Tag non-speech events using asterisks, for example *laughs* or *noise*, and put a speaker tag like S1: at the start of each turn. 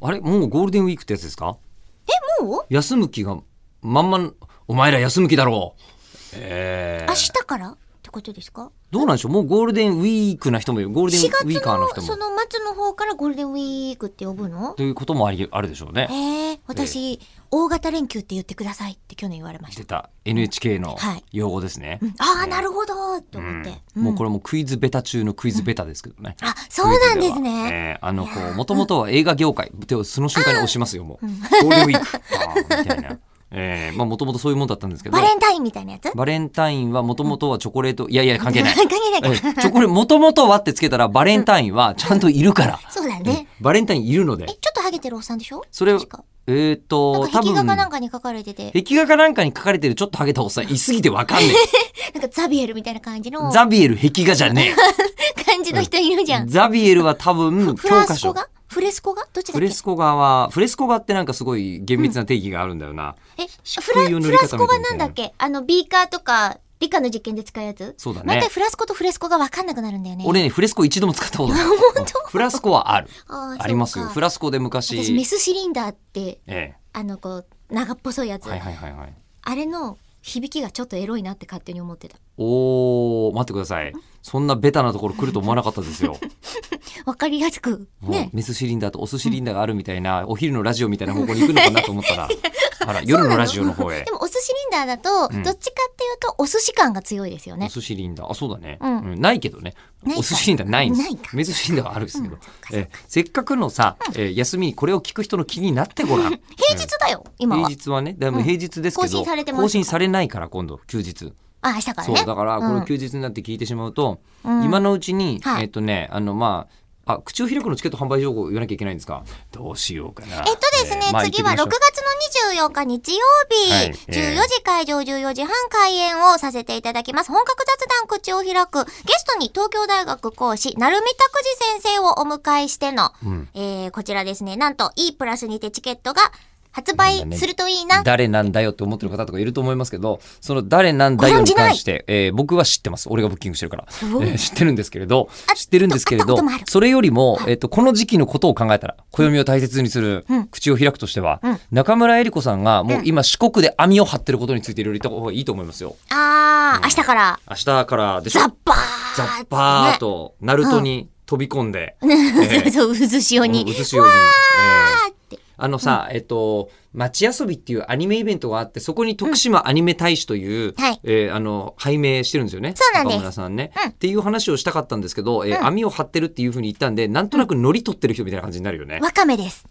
S1: あれもうゴールデンウィークってやつですか
S2: え、もう
S1: 休む気がまんまんお前ら休む気だろうえ
S2: 明日からってことですか
S1: ー、どうなんでしょうもうゴールデンウィークな人もいるゴールデン
S2: 4
S1: ウィー
S2: 月
S1: カーの
S2: の
S1: 人
S2: そ
S1: も
S2: の末の方からゴールデンウィークって呼ぶの
S1: ということもありあるでしょうね
S2: えー、私、大型連休って言ってくださいって去年言われました
S1: 出。た NHK の
S2: はい
S1: 用語ですね、
S2: うんああ、なるほどと思って。
S1: もうこ
S2: れ。
S1: れもクイズベタ中のクイズベタですけどね。
S2: あ、そうなんです
S1: ええ
S2: ね。
S1: あのこうもともとは映画業界でその瞬間に押しますよもう、ゴールデンウィークあーみたい
S2: *laughs*
S1: な、ええまあもともとそういうもんだったんですけど
S2: バレンタインみたいなやつ
S1: バレンタインはもともとはチョコレートいやいや関係ない
S2: 関係ないか
S1: ええチョコレートもともとはってつけたらバレンタインはちゃんといる
S2: *laughs*
S1: から、
S2: そうだ
S1: ええ
S2: ね。
S1: バレンタインいるので
S2: え、ちょっとハゲてるおっさんでしょ
S1: それ
S2: 確か
S1: えーっ、
S2: なん
S1: と
S2: か
S1: 多
S2: 壁
S1: 分
S2: 画かなんかに書かれてて、
S1: 壁画かなんかに書かれてるちょっとハゲたおっさんいすぎてわかんね
S2: なんかザビエルみたいな感じの
S1: え
S2: *laughs* 感
S1: ザビエル壁画じゃね
S2: じの人いるじゃ
S1: え
S2: ん。
S1: ザビエルは多分
S2: フラ
S1: 教
S2: ン
S1: 科
S2: スコ
S1: 書
S2: がフレスコがどっちだ
S1: フ
S2: っ
S1: レ
S2: け
S1: スコ画はフレスコ画ってなんかすごい厳密な定義があるんだよな、
S2: え、フラ
S1: 低いよ
S2: フ
S1: 塗
S2: ラ
S1: り
S2: ス
S1: 方
S2: コ
S1: みた
S2: が
S1: いな
S2: なんだっけあの、ビーカーとか、理科の実験で使うやつ
S1: そうだね
S2: 毎回フラスコとフレスコが分かんなくなるんだよね。
S1: 俺ねフレスコ一度も使ったことないフラスコはある
S2: あー
S1: ありますよ
S2: そうか
S1: フラスコで
S2: 私、メ
S1: 昔
S2: スシリンダーって、
S1: え
S2: あの、こう、長っぽそいや
S1: え
S2: つ。
S1: はいはいはいはい
S2: あれの響きがちょっとエロいなって勝手に思ってた。
S1: おー待ってくださいそんなベタなところ来ると思わなかったですよ、
S2: わかりやすく。
S1: もう
S2: ね。
S1: メスシリンダーとオスシリンダーがあるみたいな、お昼のラジオみたいな方向に行くのかなと思
S2: *laughs*
S1: ったらあら夜のラジオの方へ
S2: でも、お寿司リンダーだと、
S1: うん
S2: どっちかっていうと、お寿司感が強いですよ
S1: オ
S2: ね。
S1: スシリンダーあそうだね、
S2: うん
S1: うんないけどね
S2: ないか
S1: オスシリンダーないんです
S2: ないか
S1: メスシリンダーはあるんですけど、
S2: うんそっかそっか
S1: えせっかくのさ、え休みにこれを聞く人の気になってごらん
S2: 平日だよ、今
S1: 平
S2: は。
S1: 日はね、でも平日ですけど、
S2: 更新されてます
S1: 更新されないから今度休日。
S2: あ、明日から
S1: そう
S2: ね。
S1: だからこれを
S2: うん
S1: 休日になって聞いてしまうと、
S2: うん
S1: 今のうちに、
S2: はい
S1: えっとねあのまああ口を開くのチケット販売情報を言わなきゃいけないんですか。どうしようかな。
S2: えっとですね、
S1: えーまあ
S2: 次は
S1: 行って
S2: 6
S1: みましょ
S2: 月
S1: う
S2: の24日日曜
S1: は
S2: 日、
S1: いえー
S2: 14時会場14時半開演をさせていただきます。本格雑談口を開く、ゲストに東京大学講師、成美拓司先生をお迎えしての、
S1: うん
S2: えー、こちらですね、なんと E プラスにてチケットが発売するといいな。
S1: 誰なんだよって思ってる方とかいると思いますけどその誰なんだよに関して、えー僕は知ってます俺がブッキングしてるから、え
S2: お
S1: ー知ってるんですけれど
S2: あ
S1: 知ってるんですけれ
S2: 会っ
S1: ど
S2: たこともある
S1: それよりも、えっとこの時期のことを考えたら暦を大切にする
S2: うん
S1: 口を開くとしては、
S2: うん
S1: 中村江里子さんがもう
S2: うん
S1: 今四国で網を張ってることについていろいろ言った方がいいと思いますよ。
S2: あー、明日から、
S1: 明日からでしょ
S2: ザッパー
S1: ザッパーとナルトに飛び込んで、
S2: ね。
S1: えー
S2: *laughs* そう、渦潮
S1: うん
S2: に。
S1: 映すように。えー
S2: あーって。
S1: あのさ、えっと、街遊びっていうアニメイベントがあって、そこに徳島アニメ大使という、
S2: はい
S1: えーあの、拝命してるんですよね。
S2: そうなんです
S1: 中村さんね、
S2: うん
S1: っていう話をしたかったんですけど、えー
S2: うん
S1: 網を張ってるっていうふうに言ったんで、なんとなくノリ取ってる人みたいな感じになるよね。
S2: わかめです。